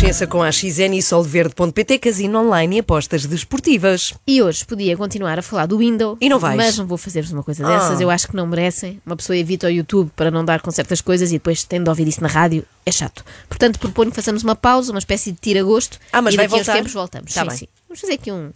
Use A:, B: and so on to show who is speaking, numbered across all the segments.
A: Conheça com a XN e solverde.pt casino online e apostas desportivas.
B: E hoje podia continuar a falar do Windows.
A: E não vais?
B: Mas não vou fazer-vos uma coisa
A: Ah.
B: dessas. Eu acho que não merecem. Uma pessoa evita o YouTube para não dar com certas coisas e depois tendo de ouvir isso na rádio. É chato. Portanto, proponho que façamos uma pausa, uma espécie de tira-gosto.
A: Ah, mas
B: e
A: vai
B: daqui a uns
A: voltar?
B: tempos voltamos.
A: Tá
B: sim,
A: bem.
B: sim. Vamos fazer aqui um-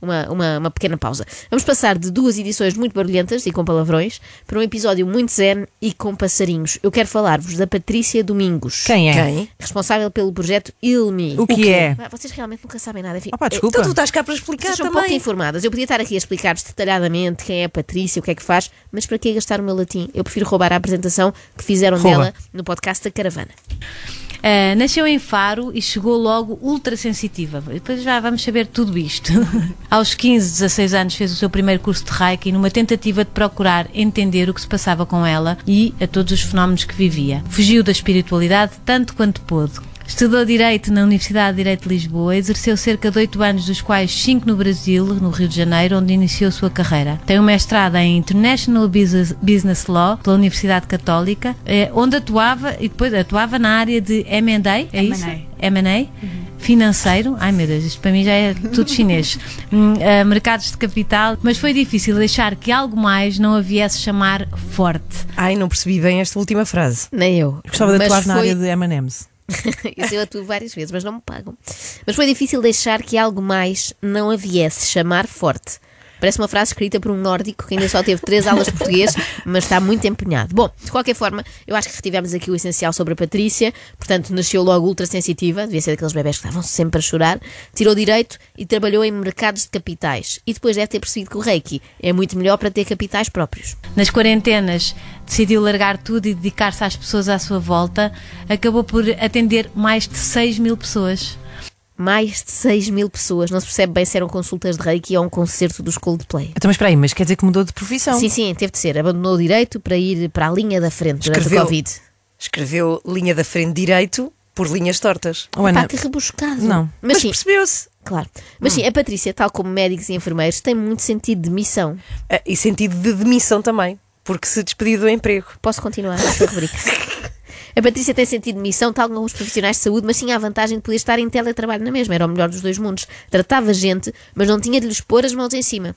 B: uma, uma, uma pequena pausa. Vamos passar de duas edições muito barulhentas e com palavrões para um episódio muito zen e com passarinhos. Eu quero falar-vos da Patrícia Domingos.
C: Quem é?
A: Quem?
B: Responsável pelo projeto Ilmi.
C: O que é?
B: Ah, Vocês realmente nunca sabem nada. Enfim,
C: Opa,
B: eu-
C: desculpa.
A: Então tu estás cá para explicar
B: vocês são pouco
A: também.
B: informadas. Eu podia estar aqui a explicar-vos detalhadamente quem é a Patrícia, o que é que faz, mas para que gastar o meu latim? Eu prefiro roubar a apresentação que fizeram
C: Rouba.
B: dela no podcast da Caravana.
D: Uh, nasceu em Faro e chegou logo ultrassensitiva. Depois já vamos saber tudo isto. Aos 15, 16 anos fez o seu primeiro curso de Reiki numa tentativa de procurar entender o que se passava com ela e a todos os fenómenos que vivia. Fugiu da espiritualidade tanto quanto pôde. Estudou Direito na Universidade de Direito de Lisboa, exerceu cerca de 8 anos, dos quais 5 no Brasil, no Rio de Janeiro, onde iniciou sua carreira. Tem um mestrado em International Business, Business Law pela Universidade Católica, eh, onde atuava e depois atuava na área de M&A, é isso? M&A. Financeiro, ai meu Deus, isto para mim já é tudo chinês. Hum, eh, mercados de capital, mas foi difícil deixar que algo mais não a viesse chamar forte.
A: Ai, não percebi bem esta última frase.
B: Nem eu.
C: Gostava de
B: mas
C: atuar na
B: foi...
C: área de M&M's.
B: Isso eu atuo várias vezes, mas não me pagam. Mas foi difícil deixar que algo mais não a viesse chamar forte. Parece uma frase escrita por um nórdico que ainda só teve três aulas de português, mas está muito empenhado. Bom, de qualquer forma, eu acho que retivemos aqui o essencial sobre a Patrícia. Portanto, nasceu logo ultrassensitiva, devia ser daqueles bebés que estavam sempre a chorar. Tirou direito e trabalhou em mercados de capitais. E depois deve ter percebido que o Reiki é muito melhor para ter capitais próprios.
D: Nas quarentenas, decidiu largar tudo e dedicar-se às pessoas à sua volta. Acabou por atender mais de 6 mil pessoas.
B: Mais de 6 mil pessoas. Não se percebe bem se eram consultas de Reiki ou um concerto dos Coldplay.
C: Então, mas espera aí, mas quer dizer que mudou de profissão?
B: Sim, sim, teve de ser. Abandonou o direito para ir para a linha da frente durante
A: Escreveu.
B: a Covid.
A: Escreveu linha da frente direito por linhas tortas.
C: Oh,
B: Pá,
C: Ana,
B: que rebuscado.
C: Não. Hum.
B: Mas, sim,
A: percebeu-se.
B: claro. Mas sim, a Patrícia, tal como médicos e enfermeiros, tem muito sentido de missão.
A: Ah, E sentido de demissão também, porque se despediu do emprego.
B: Posso continuar esta rubrica? A Patrícia tem sentido de missão, tal como os profissionais de saúde, mas tinha a vantagem de poder estar em teletrabalho na mesma. Era o melhor dos dois mundos. Tratava gente, mas não tinha de lhes pôr as mãos em cima.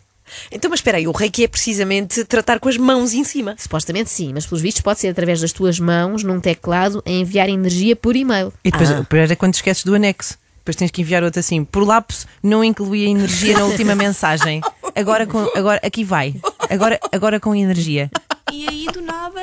A: Então, mas espera aí, o reiki é precisamente tratar com as mãos em cima.
B: Supostamente sim, mas pelos vistos pode ser através das tuas mãos, num teclado, a enviar energia por e-mail.
C: e depois, depois era quando te esqueces do anexo. Depois tens que enviar outro assim. Por lapso, não incluí a energia na última mensagem. Agora, com, agora aqui vai. Agora, agora com energia.
E: E aí, do nada,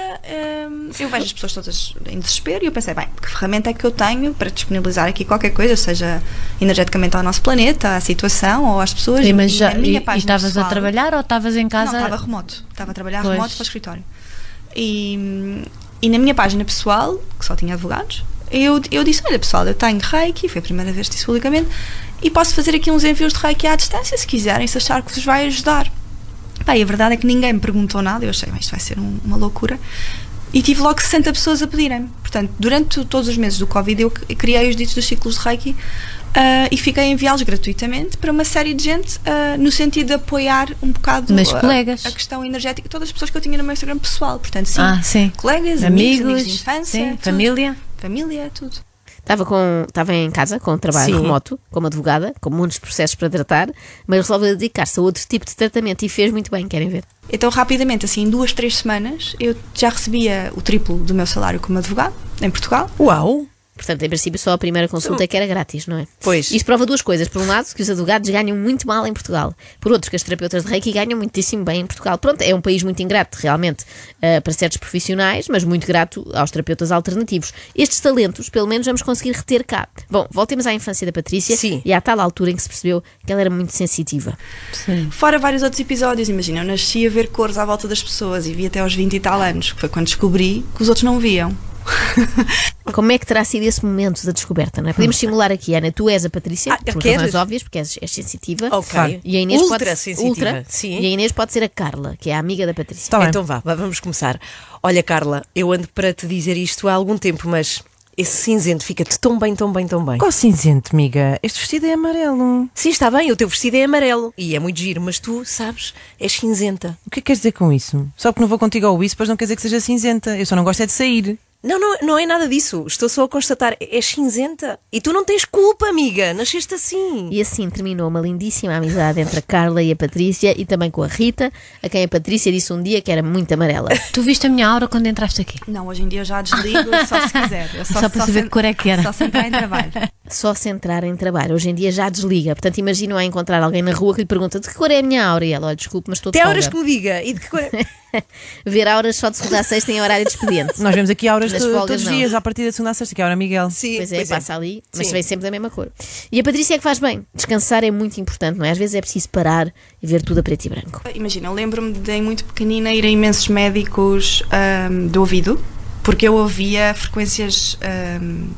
E: hum, eu vejo as pessoas todas em desespero e eu pensei, bem, que ferramenta é que eu tenho para disponibilizar aqui qualquer coisa, seja energeticamente ao nosso planeta, à situação ou às pessoas?
D: Sim, mas
E: E
D: já,
E: a minha
D: e, e
E: página
D: estavas a
E: pessoal-
D: trabalhar ou estavas em casa?
E: Não, estava remoto. Estava a trabalhar
D: Pois.
E: remoto para o escritório. E, e na minha página pessoal, que só tinha advogados, eu, eu disse: Olha, pessoal, eu tenho Reiki, foi a primeira vez que disse publicamente, e posso fazer aqui uns envios de Reiki à distância se quiserem, se achar que vos vai ajudar. Pá, e a verdade é que ninguém me perguntou nada, eu achei, "Bem, isto vai ser um- uma loucura. E tive logo 60 pessoas a pedirem. Portanto, durante todos os meses do Covid, eu c- criei os ditos dos ciclos de Reiki ah, e fiquei a enviá-los gratuitamente para uma série de gente, ah, no sentido de apoiar um bocado
D: Mas
E: a-
D: colegas?
E: a questão energética, todas as pessoas que eu tinha no meu Instagram pessoal. Portanto, sim,
D: Ah, sim.
E: colegas, amigos,
D: Amigos,
E: amigos de infância,
D: sim,
E: tudo.
D: família.
E: Família, tudo.
B: Estava, com, estava em casa com um trabalho
A: Sim.
B: remoto, como advogada, com muitos processos para tratar, mas resolveu dedicar-se a outro tipo de tratamento e fez muito bem, querem ver?
E: Então, rapidamente, assim, em duas, três semanas, eu já recebia o triplo do meu salário como advogado em Portugal.
A: Uau!
B: Portanto, em princípio, só a primeira consulta é que era grátis, não é?
A: Então- Pois.
B: Isto prova duas coisas. Por um lado, que os advogados ganham muito mal em Portugal. Por outro, que as terapeutas de reiki ganham muitíssimo bem em Portugal. Pronto, é um país muito ingrato, realmente, eh, para certos profissionais, mas muito grato aos terapeutas alternativos. Estes talentos, pelo menos, vamos conseguir reter cá. Bom, voltemos à infância da Patrícia
A: Sim.
B: e à tal altura em que se percebeu que ela era muito sensitiva.
D: Sim.
E: Fora vários outros episódios, imagina, eu nasci a ver cores à volta das pessoas e vi até aos 20 e tal anos, que foi quando descobri que os outros não viam.
B: Como é que terá sido esse momento da descoberta, não é? Podemos simular aqui, Ana. Tu és a Patrícia,
A: Ah, eu
B: por
A: quero.
B: razões óbvias, porque és, és sensitiva.
A: Ok.
B: E a Inês
A: ultra
B: pode,
A: sensitiva.
B: Ultra.
A: Sim.
B: E a Inês pode ser a Carla, que é a amiga da Patrícia.
C: Tá bem.
A: Então vá, vá, vamos começar. Olha, Carla, eu ando para te dizer isto há algum tempo, mas esse cinzento fica-te tão bem, tão bem, tão bem.
C: Qual cinzento, amiga? Este vestido é amarelo.
A: Sim, está bem, o teu vestido é amarelo e é muito giro, mas tu, sabes, és cinzenta.
C: O que é que queres dizer com isso? Só porque não vou contigo ao isso, pois não quer dizer que seja cinzenta. Eu só não gosto é de sair.
A: Não, não, não é nada disso. Estou só a constatar. És cinzenta. E tu não tens culpa, amiga. Nasceste assim.
B: E assim terminou uma lindíssima amizade entre a Carla e a Patrícia e também com a Rita, a quem a Patrícia disse um dia que era muito amarela.
D: Tu viste a minha aura quando entraste aqui?
E: Não, hoje em dia eu já desligo só se quiser. Eu
D: Só para saber
E: sem-
D: que cor é que era.
E: Só sempre em trabalho.
B: Só se entrar em trabalho. Hoje em dia já desliga. Portanto, imagino a encontrar alguém na rua que lhe pergunta de que cor é a minha aura? E ela, olha, desculpe, mas estou de
A: Até horas que
B: folga.
A: me diga. E de que cor é?
B: Ver auras só de segunda a sexta em horário de expediente.
C: Nós vemos aqui auras
B: Nas
C: to-
B: folgas,
C: todos os
B: não.
C: dias, à partir da segunda à sexta, que é a hora Miguel.
A: Sim,
B: Pois é, passa ali, mas
A: Sim.
B: vem sempre da mesma cor. E a Patrícia é que faz bem. Descansar é muito importante, não é? Às vezes é preciso parar e ver tudo a preto e branco.
E: Imagina, eu lembro-me de em muito pequenina ir a imensos médicos ahm, do ouvido, porque eu ouvia frequências. ahm,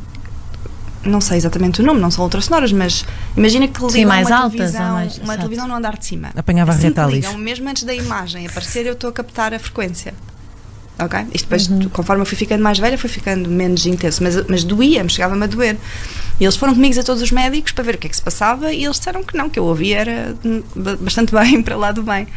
E: não sei exatamente o nome, não são ultrassonoras, mas imagina que ligam
D: mais
E: uma,
D: altas ou
E: televisão,
D: mais-
E: uma
D: exato.
E: televisão no andar de cima.
C: Apanhava a
E: assim que
C: reta ali.
E: ligam, mesmo antes da imagem aparecer, eu estou a captar a frequência. Ok? Isto depois,
D: Uhum.
E: tu- conforme eu fui ficando mais velha, foi ficando menos intenso, mas, mas doía-me, chegava-me a doer. E eles foram comigo a todos os médicos para ver o que é que se passava e eles disseram que não, que eu ouvia era hum, ba- bastante bem, para lá do bem.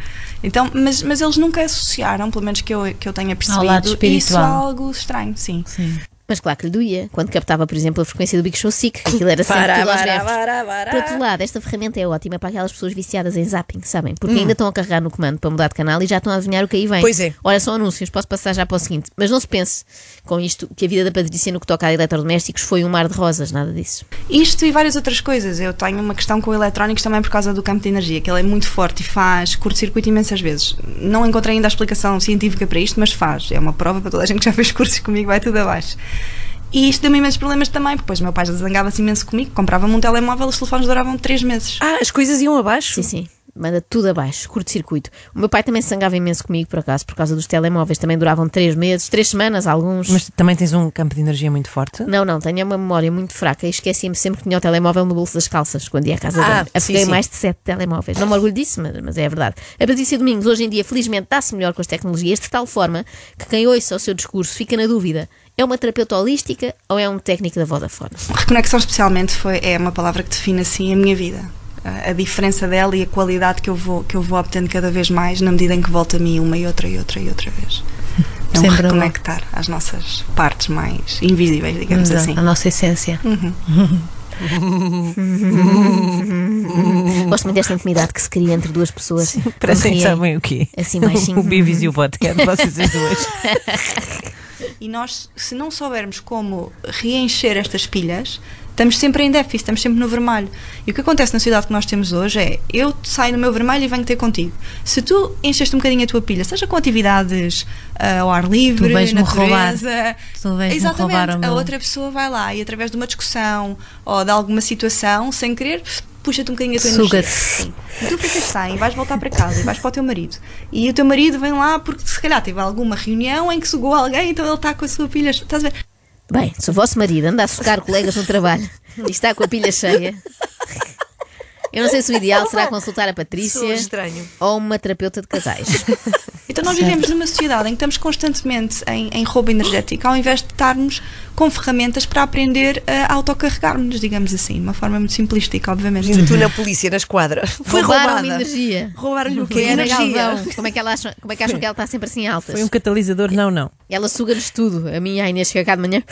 E: Então, mas, mas eles nunca associaram, pelo menos que eu, que eu tenha percebido,
D: lado
E: isso a
D: espiritual.
E: algo estranho, sim.
D: Sim.
B: Mas claro que lhe doía, quando captava, por exemplo, a frequência do Big Show Sick, que aquilo era sempre
A: Para,
B: tudo aos
A: para,
B: berros.
A: para, para.
B: Por outro lado, esta ferramenta é ótima para aquelas pessoas viciadas em zapping, sabem? Porque ainda estão a carregar no comando para mudar de canal e já estão a adivinhar o que aí vem.
A: Hum. Pois é.
B: Olha, são anúncios, posso passar já para o seguinte. Mas não se pense com isto que a vida da Patrícia no que toca a eletrodomésticos foi um mar de rosas, nada disso.
E: Isto e várias outras coisas. Eu tenho uma questão com eletrónicos também por causa do campo de energia, que ele é muito forte e faz curto-circuito imensas vezes. Não encontrei ainda a explicação científica para isto, mas faz. É uma prova para toda a gente que já fez cursos comigo, vai tudo abaixo. E isto deu-me imensos problemas também, porque depois o meu pai já zangava-se imenso comigo, comprava-me um telemóvel, os telefones duravam 3 meses.
A: Ah, as coisas iam abaixo?
B: Sim, sim. Manda tudo abaixo, curto-circuito. O meu pai também se sangava imenso comigo, por acaso, por causa dos telemóveis. Também duravam três meses, três semanas, alguns.
C: Mas também tens um campo de energia muito forte.
B: Não, não, tenho uma memória muito fraca e esqueci-me sempre que tinha o telemóvel no bolso das calças quando ia à casa
A: Ah,
B: dele. Afoguei
A: sim, sim.
B: mais de sete telemóveis. Não me orgulho disso, mas, mas é verdade. A Patrícia Domingos, hoje em dia, felizmente, dá-se melhor com as tecnologias de tal forma que quem ouça o seu discurso fica na dúvida. É uma terapeuta holística ou é um técnico da Vodafone?
E: Reconexão especialmente foi, é uma palavra que define assim a minha vida. A- A diferença dela e a qualidade que eu vou, que eu vou obtendo cada vez mais na medida em que volta a mim uma e outra e outra e outra vez. É um
D: Sem problema.
E: reconectar às nossas partes mais invisíveis, digamos
D: Exato,
E: assim.
D: A nossa essência.
B: Gosto muito desta intimidade que se cria entre duas pessoas. Quando
C: Parecem que
B: riem,
C: sabem o quê?
B: Um Assim,
C: O
B: baixinho.
C: Bivis e o Podcast, vocês as duas.
E: E nós, se não soubermos como reencher estas pilhas, estamos sempre em déficit, estamos sempre no vermelho. E o que acontece na sociedade que nós temos hoje é: eu saio do meu vermelho e venho ter contigo. Se tu encheste um bocadinho a tua pilha, seja com atividades ah, ao ar livre,
D: Tu vens-me roubar.
E: natureza,
D: Tu vens-me
E: exatamente,
D: roubar o meu-
E: a outra pessoa vai lá e através de uma discussão ou de alguma situação, sem querer. Puxa-te um bocadinho a tua energia.
D: Suga-te.
E: Sim. Então E tu ficas sem, vais voltar para casa e vais para o teu marido. E o teu marido vem lá porque se calhar teve alguma reunião em que sugou alguém, então ele está com a sua pilha. Estás a ver?
B: Bem, se o vosso marido anda a socar colegas no trabalho e está com a pilha cheia, eu não sei se o ideal será consultar a
A: Sou
B: Patrícia
A: estranho.
B: ou uma terapeuta de casais.
E: Então nós vivemos numa sociedade em que estamos constantemente em, em roubo energético, ao invés de estarmos com ferramentas para aprender a autocarregar-nos, digamos assim, de uma forma muito simplística, obviamente.
A: Tu na polícia, na esquadra. Foi roubada.
B: Roubaram-me energia.
A: Roubaram-lhe o quê?
B: Ana
A: energia.
B: Galvão, como é que, ela acham, como é que acham que ela está sempre assim em altas?
C: Foi um catalisador, não, não.
B: Ela suga-nos tudo. A minha a Inês chega cá de manhã.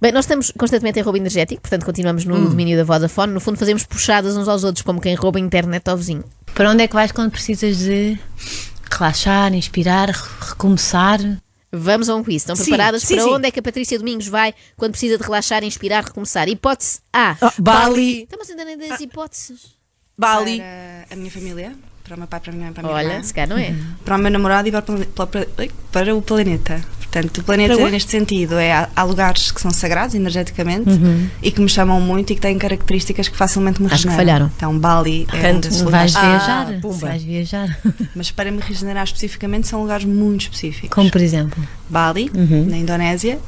B: Bem, nós estamos constantemente em roubo energético, portanto continuamos
A: Hum.
B: no domínio da Vodafone. No fundo, fazemos puxadas uns aos outros, como quem rouba a internet ao vizinho.
D: Para onde é que vais quando precisas de relaxar, inspirar, re- recomeçar?
B: Vamos a um quiz. Estão
A: Sim,
B: preparadas
A: sim,
B: para
A: sim.
B: onde é que a Patrícia Domingos vai quando precisa de relaxar, inspirar, recomeçar? Hipótese A.
C: Ah, Bali!
B: Estamos Então, ainda nem das hipóteses.
A: Bali.
E: Para a minha família, para o meu pai, para a minha mãe, para a minha
B: Olha,
E: irmã,
B: se calhar não é.
E: para o meu namorado e para, o plane- para o pla- para o planeta. Portanto, o planeta
A: Para onde?
E: neste sentido é há, há lugares que são sagrados energeticamente e que me chamam muito e que têm características que facilmente me
B: Acho que
E: regeneram.
B: falharam.
E: Então Bali é um
A: Portanto,
E: desses
D: Vais
E: lugares.
D: viajar?
A: pumba.
D: Vais viajar.
E: Mas para me regenerar especificamente são lugares muito específicos.
D: Como por exemplo.
E: Bali, na Indonésia.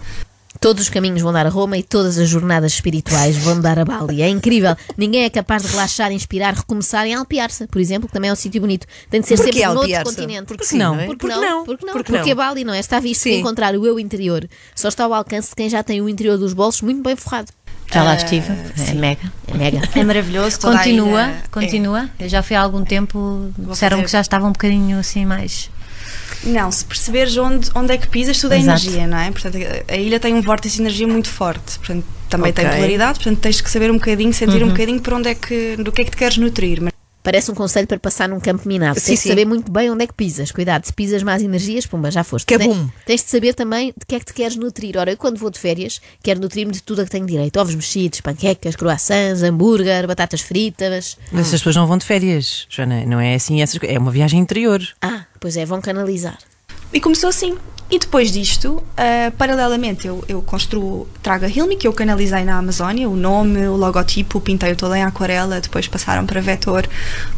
B: Todos os caminhos vão dar a Roma e todas as jornadas espirituais vão dar a Bali. É incrível. Ninguém é capaz de relaxar, inspirar, recomeçar em Alpiarça, por exemplo, que também é um sítio bonito. Tem de ser
A: Porquê
B: sempre noutro
A: Alpiarça?
B: continente.
A: Porque
C: sim, não é?
B: Porque, não? Porque não? Porque, a Bali não é. Está visto que
A: Sim.
B: encontrar o eu interior só está ao alcance de quem já tem o interior dos bolsos muito bem forrado.
D: Já lá estive. é mega.
B: É mega.
E: É maravilhoso. toda a
D: Continua,
E: ilha-
D: continua. Eu já fui há algum tempo, disseram
E: É. fazer-
D: que já estava um bocadinho assim mais.
E: Não, se perceberes onde, onde é que pisas, tudo é
B: Exato.
E: energia, não é? Portanto, a- a ilha tem um vórtice de energia muito forte. Portanto, também tem
A: Ok.
E: polaridade, portanto, tens que saber um bocadinho, sentir um bocadinho para onde é que, do que é que te queres nutrir. Mas
B: Parece um conselho para passar num campo minado.
A: Sim,
B: tens de
A: sim.
B: saber muito bem onde é que pisas. Cuidado, se pisas mais energias, pumba, já foste.
A: Que é
B: Te-
A: bum.
B: Tens de saber também de que é que te queres nutrir. Ora, eu quando vou de férias, quero nutrir-me de tudo a que tenho direito: ovos mexidos, panquecas, croissants, hambúrguer, batatas fritas.
C: Mas as pessoas não vão de férias, Joana. Não é assim essas coisas. É uma viagem interior.
B: Ah, pois é, vão canalizar.
E: E começou assim. E depois disto, ah, paralelamente, eu, eu construo Traga Hilme, que eu canalizei na Amazónia, o nome, o logotipo, pintei-o todo em aquarela, depois passaram para vetor,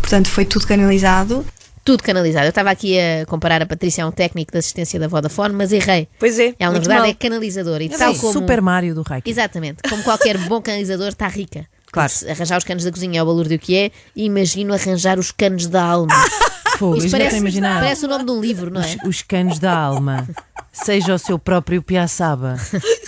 E: portanto foi tudo canalizado.
B: Tudo canalizado. Eu estava aqui a comparar a Patrícia a um técnico de assistência da Vodafone, mas errei.
A: Pois é,
B: Ela, na
A: muito
B: verdade,
A: mal.
B: é canalizador. E
C: É
B: tal
C: o
B: como.
C: Super Mario do Reiki.
B: Exatamente. Como qualquer bom canalizador está rica.
C: Claro.
B: Se Arranjar os canos da cozinha é o valor do que é, e imagino arranjar os canos da alma.
A: Ah,
C: Fogo,
B: Isto
C: isto não
B: parece,
C: estou a imaginar.
B: parece o nome de um livro, não é?
C: Os- Os canos da alma. Seja o seu próprio piaçaba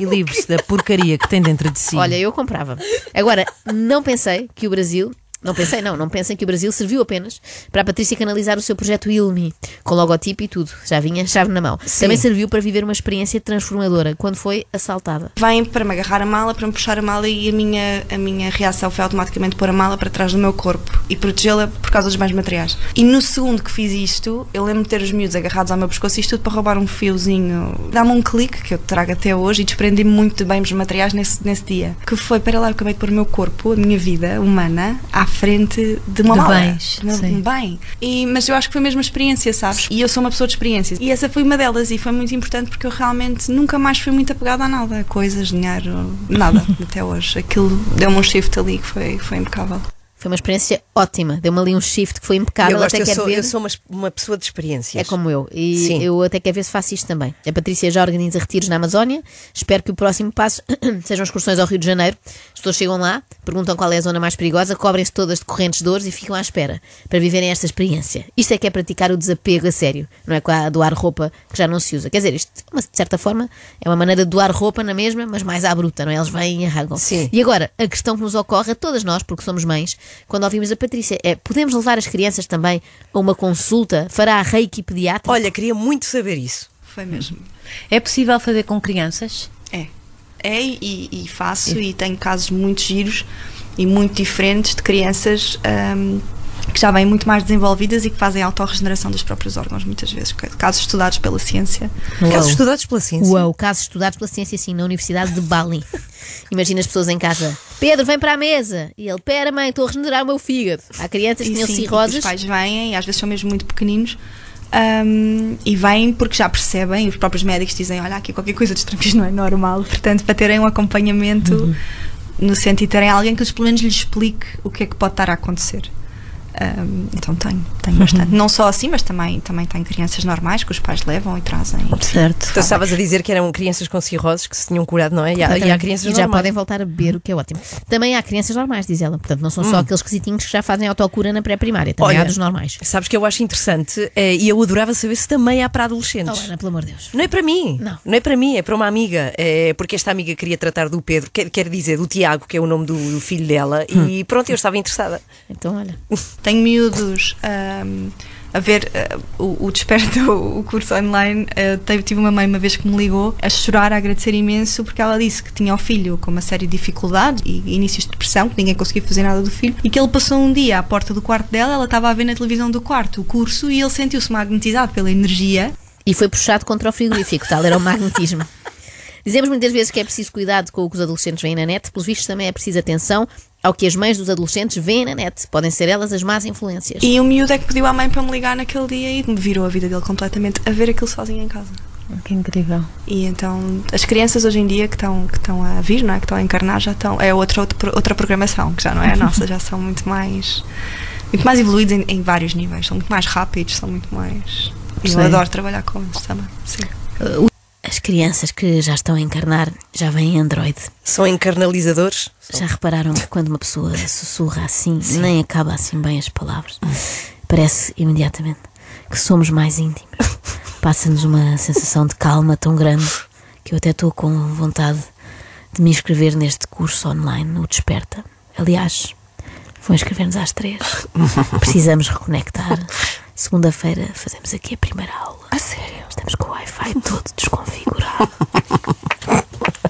C: e livre-se da porcaria que tem dentro de si.
B: Olha, eu comprava. Agora, não pensei que o Brasil. Não pensei, não, não pensem que o Brasil serviu apenas para a Patrícia canalizar o seu projeto Ilme, com logotipo e tudo. Já vinha chave na mão. Também serviu para viver uma experiência transformadora quando foi assaltada.
E: Vêm para me agarrar a mala, para me puxar a mala e a minha, a minha reação foi automaticamente pôr a mala para trás do meu corpo e protegê-la por causa dos mais materiais. E no segundo que fiz isto, eu lembro de ter os miúdos agarrados ao meu pescoço e isto tudo para roubar um fiozinho. Dá-me um clique que eu trago até hoje e desprendi-me muito bem dos materiais nesse, nesse dia. Que foi para lá, eu acabei de pôr o meu corpo, a minha vida humana, à frente de uma
D: De
E: mala.
D: bens,
E: Não-
D: sim.
E: bem. E, mas eu acho que foi mesmo a experiência, sabes? E eu sou uma pessoa de experiências. E essa foi uma delas e foi muito importante porque eu realmente nunca mais fui muito apegada a nada. Coisas, dinheiro, nada, até hoje. Aquilo deu-me um shift ali que foi, foi impecável.
B: Foi uma experiência ótima. Deu-me ali um shift que foi impecável.
A: eu gosto,
B: até
A: eu
B: quero
A: sou,
B: ver.
A: eu sou uma, uma pessoa de experiências.
B: É como eu. E
A: Sim.
B: eu até quero ver se faço isto também. A Patrícia já organiza retiros na Amazónia. Espero que o próximo passo sejam excursões ao Rio de Janeiro. As pessoas chegam lá, perguntam qual é a zona mais perigosa, cobrem-se todas de correntes de ouros e ficam à espera para viverem esta experiência. Isto é que é praticar o desapego a sério. Não é com a doar roupa que já não se usa. Quer dizer, isto, mas, de certa forma, é uma maneira de doar roupa na mesma, mas mais à bruta, não é? Eles vêm e arrancam.
A: Sim.
B: E agora, a questão que nos ocorre a todas nós, porque somos mães, quando ouvimos a Patrícia, é: podemos levar as crianças também a uma consulta? Fará a reiki pediatra?
A: Olha, queria muito saber isso.
B: Tá
E: Foi mesmo.
D: É possível fazer com crianças?
E: É. É e, e faço e tenho casos muito giros e muito diferentes de crianças ahm, que já vêm muito mais desenvolvidas e que fazem autorregeneração dos próprios órgãos, muitas vezes. Casos estudados pela ciência.
A: Casos estudados pela ciência.
B: Uau, casos estudados pela ciência, sim, na Universidade de Bali. Imagina as pessoas em casa: Pedro, vem para a mesa. E ele: Pera, mãe, estou a regenerar o meu fígado. Há crianças que
E: E
B: tinham
E: sim, tipo,
B: cirroses.
E: Os pais vêm, e às vezes são mesmo muito pequeninos, hum, e vêm porque já percebem, os próprios médicos dizem: olha, aqui qualquer coisa de estranhos não é normal, portanto, para terem um acompanhamento
B: Uhum.
E: no sentido de terem alguém que lhes, pelo menos lhes explique o que é que pode estar a acontecer. Hum, então tenho, tenho bastante. Não só assim, mas também, também tenho crianças normais que os pais levam e trazem.
B: Certo.
A: Então estavas a dizer que eram crianças com cirroses que se tinham curado, não é? E há, e há
B: Exatamente.
A: crianças
B: E já
A: normais.
B: podem voltar a beber, o que é ótimo. Hum. Também há crianças normais, diz ela. Portanto, não são só aqueles quesitinhos que já fazem autocura na pré-primária. Também há
A: Olha,
B: dos normais.
A: Sabes que eu acho interessante eh, e eu adorava saber se também há para
B: Oh,
A: adolescentes.
B: Ana, pelo amor de Deus.
A: Não é para mim.
B: Não.
A: é para mim, é para uma amiga. É porque esta amiga queria tratar do Pedro, quer, quer dizer, do Tiago, que é o nome do, do filho dela,
B: Hum.
A: e pronto, eu estava interessada.
B: Então, olha.
E: Tenho miúdos hum, a ver uh, o, o Desperta, o o curso online. uh, teve, tive uma mãe uma vez que me ligou a chorar, a agradecer imenso, porque ela disse que tinha o filho com uma série de dificuldades e inícios de depressão, que ninguém conseguia fazer nada do filho, e que ele passou um dia à porta do quarto dela, ela estava a ver na televisão do quarto o curso e ele sentiu-se magnetizado pela energia
B: E foi puxado contra o frigorífico, tal era o magnetismo. Dizemos muitas vezes que é preciso cuidado com o que os adolescentes veem na net, pelos vistos também é preciso atenção ao que as mães dos adolescentes veem na net. Podem ser elas as más influências.
E: E o miúdo é que pediu à mãe para me ligar naquele dia e me virou a vida dele completamente a ver aquilo sozinho em casa.
D: Que incrível.
E: E então as crianças hoje em dia que estão que estão a vir, não é? que estão a encarnar, já estão é outra outra, outra programação que já não é a nossa, já são muito mais muito mais evoluídos em, em vários níveis, são muito mais rápidos, são muito mais. Eu
D: Sim.
E: adoro trabalhar com eles também. Sim.
B: As crianças que já estão a encarnar já veem Android.
A: São encarnalizadores.
B: Já repararam que quando uma pessoa sussurra assim, nem acaba assim bem as palavras, parece imediatamente que somos mais íntimos. Passa-nos uma sensação de calma tão grande que eu até estou com vontade de me inscrever neste curso online, o Desperta. Aliás, vou inscrever-nos às três. Precisamos reconectar. Segunda-feira fazemos aqui a primeira aula.
A: A sério.
B: Vai todo desconfigurado.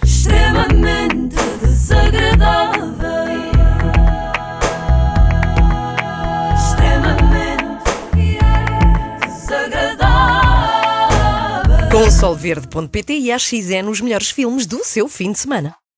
F: extremamente desagradável. Extremamente desagradável.
A: Com o solverde.pt e a XN os melhores filmes do seu fim de semana.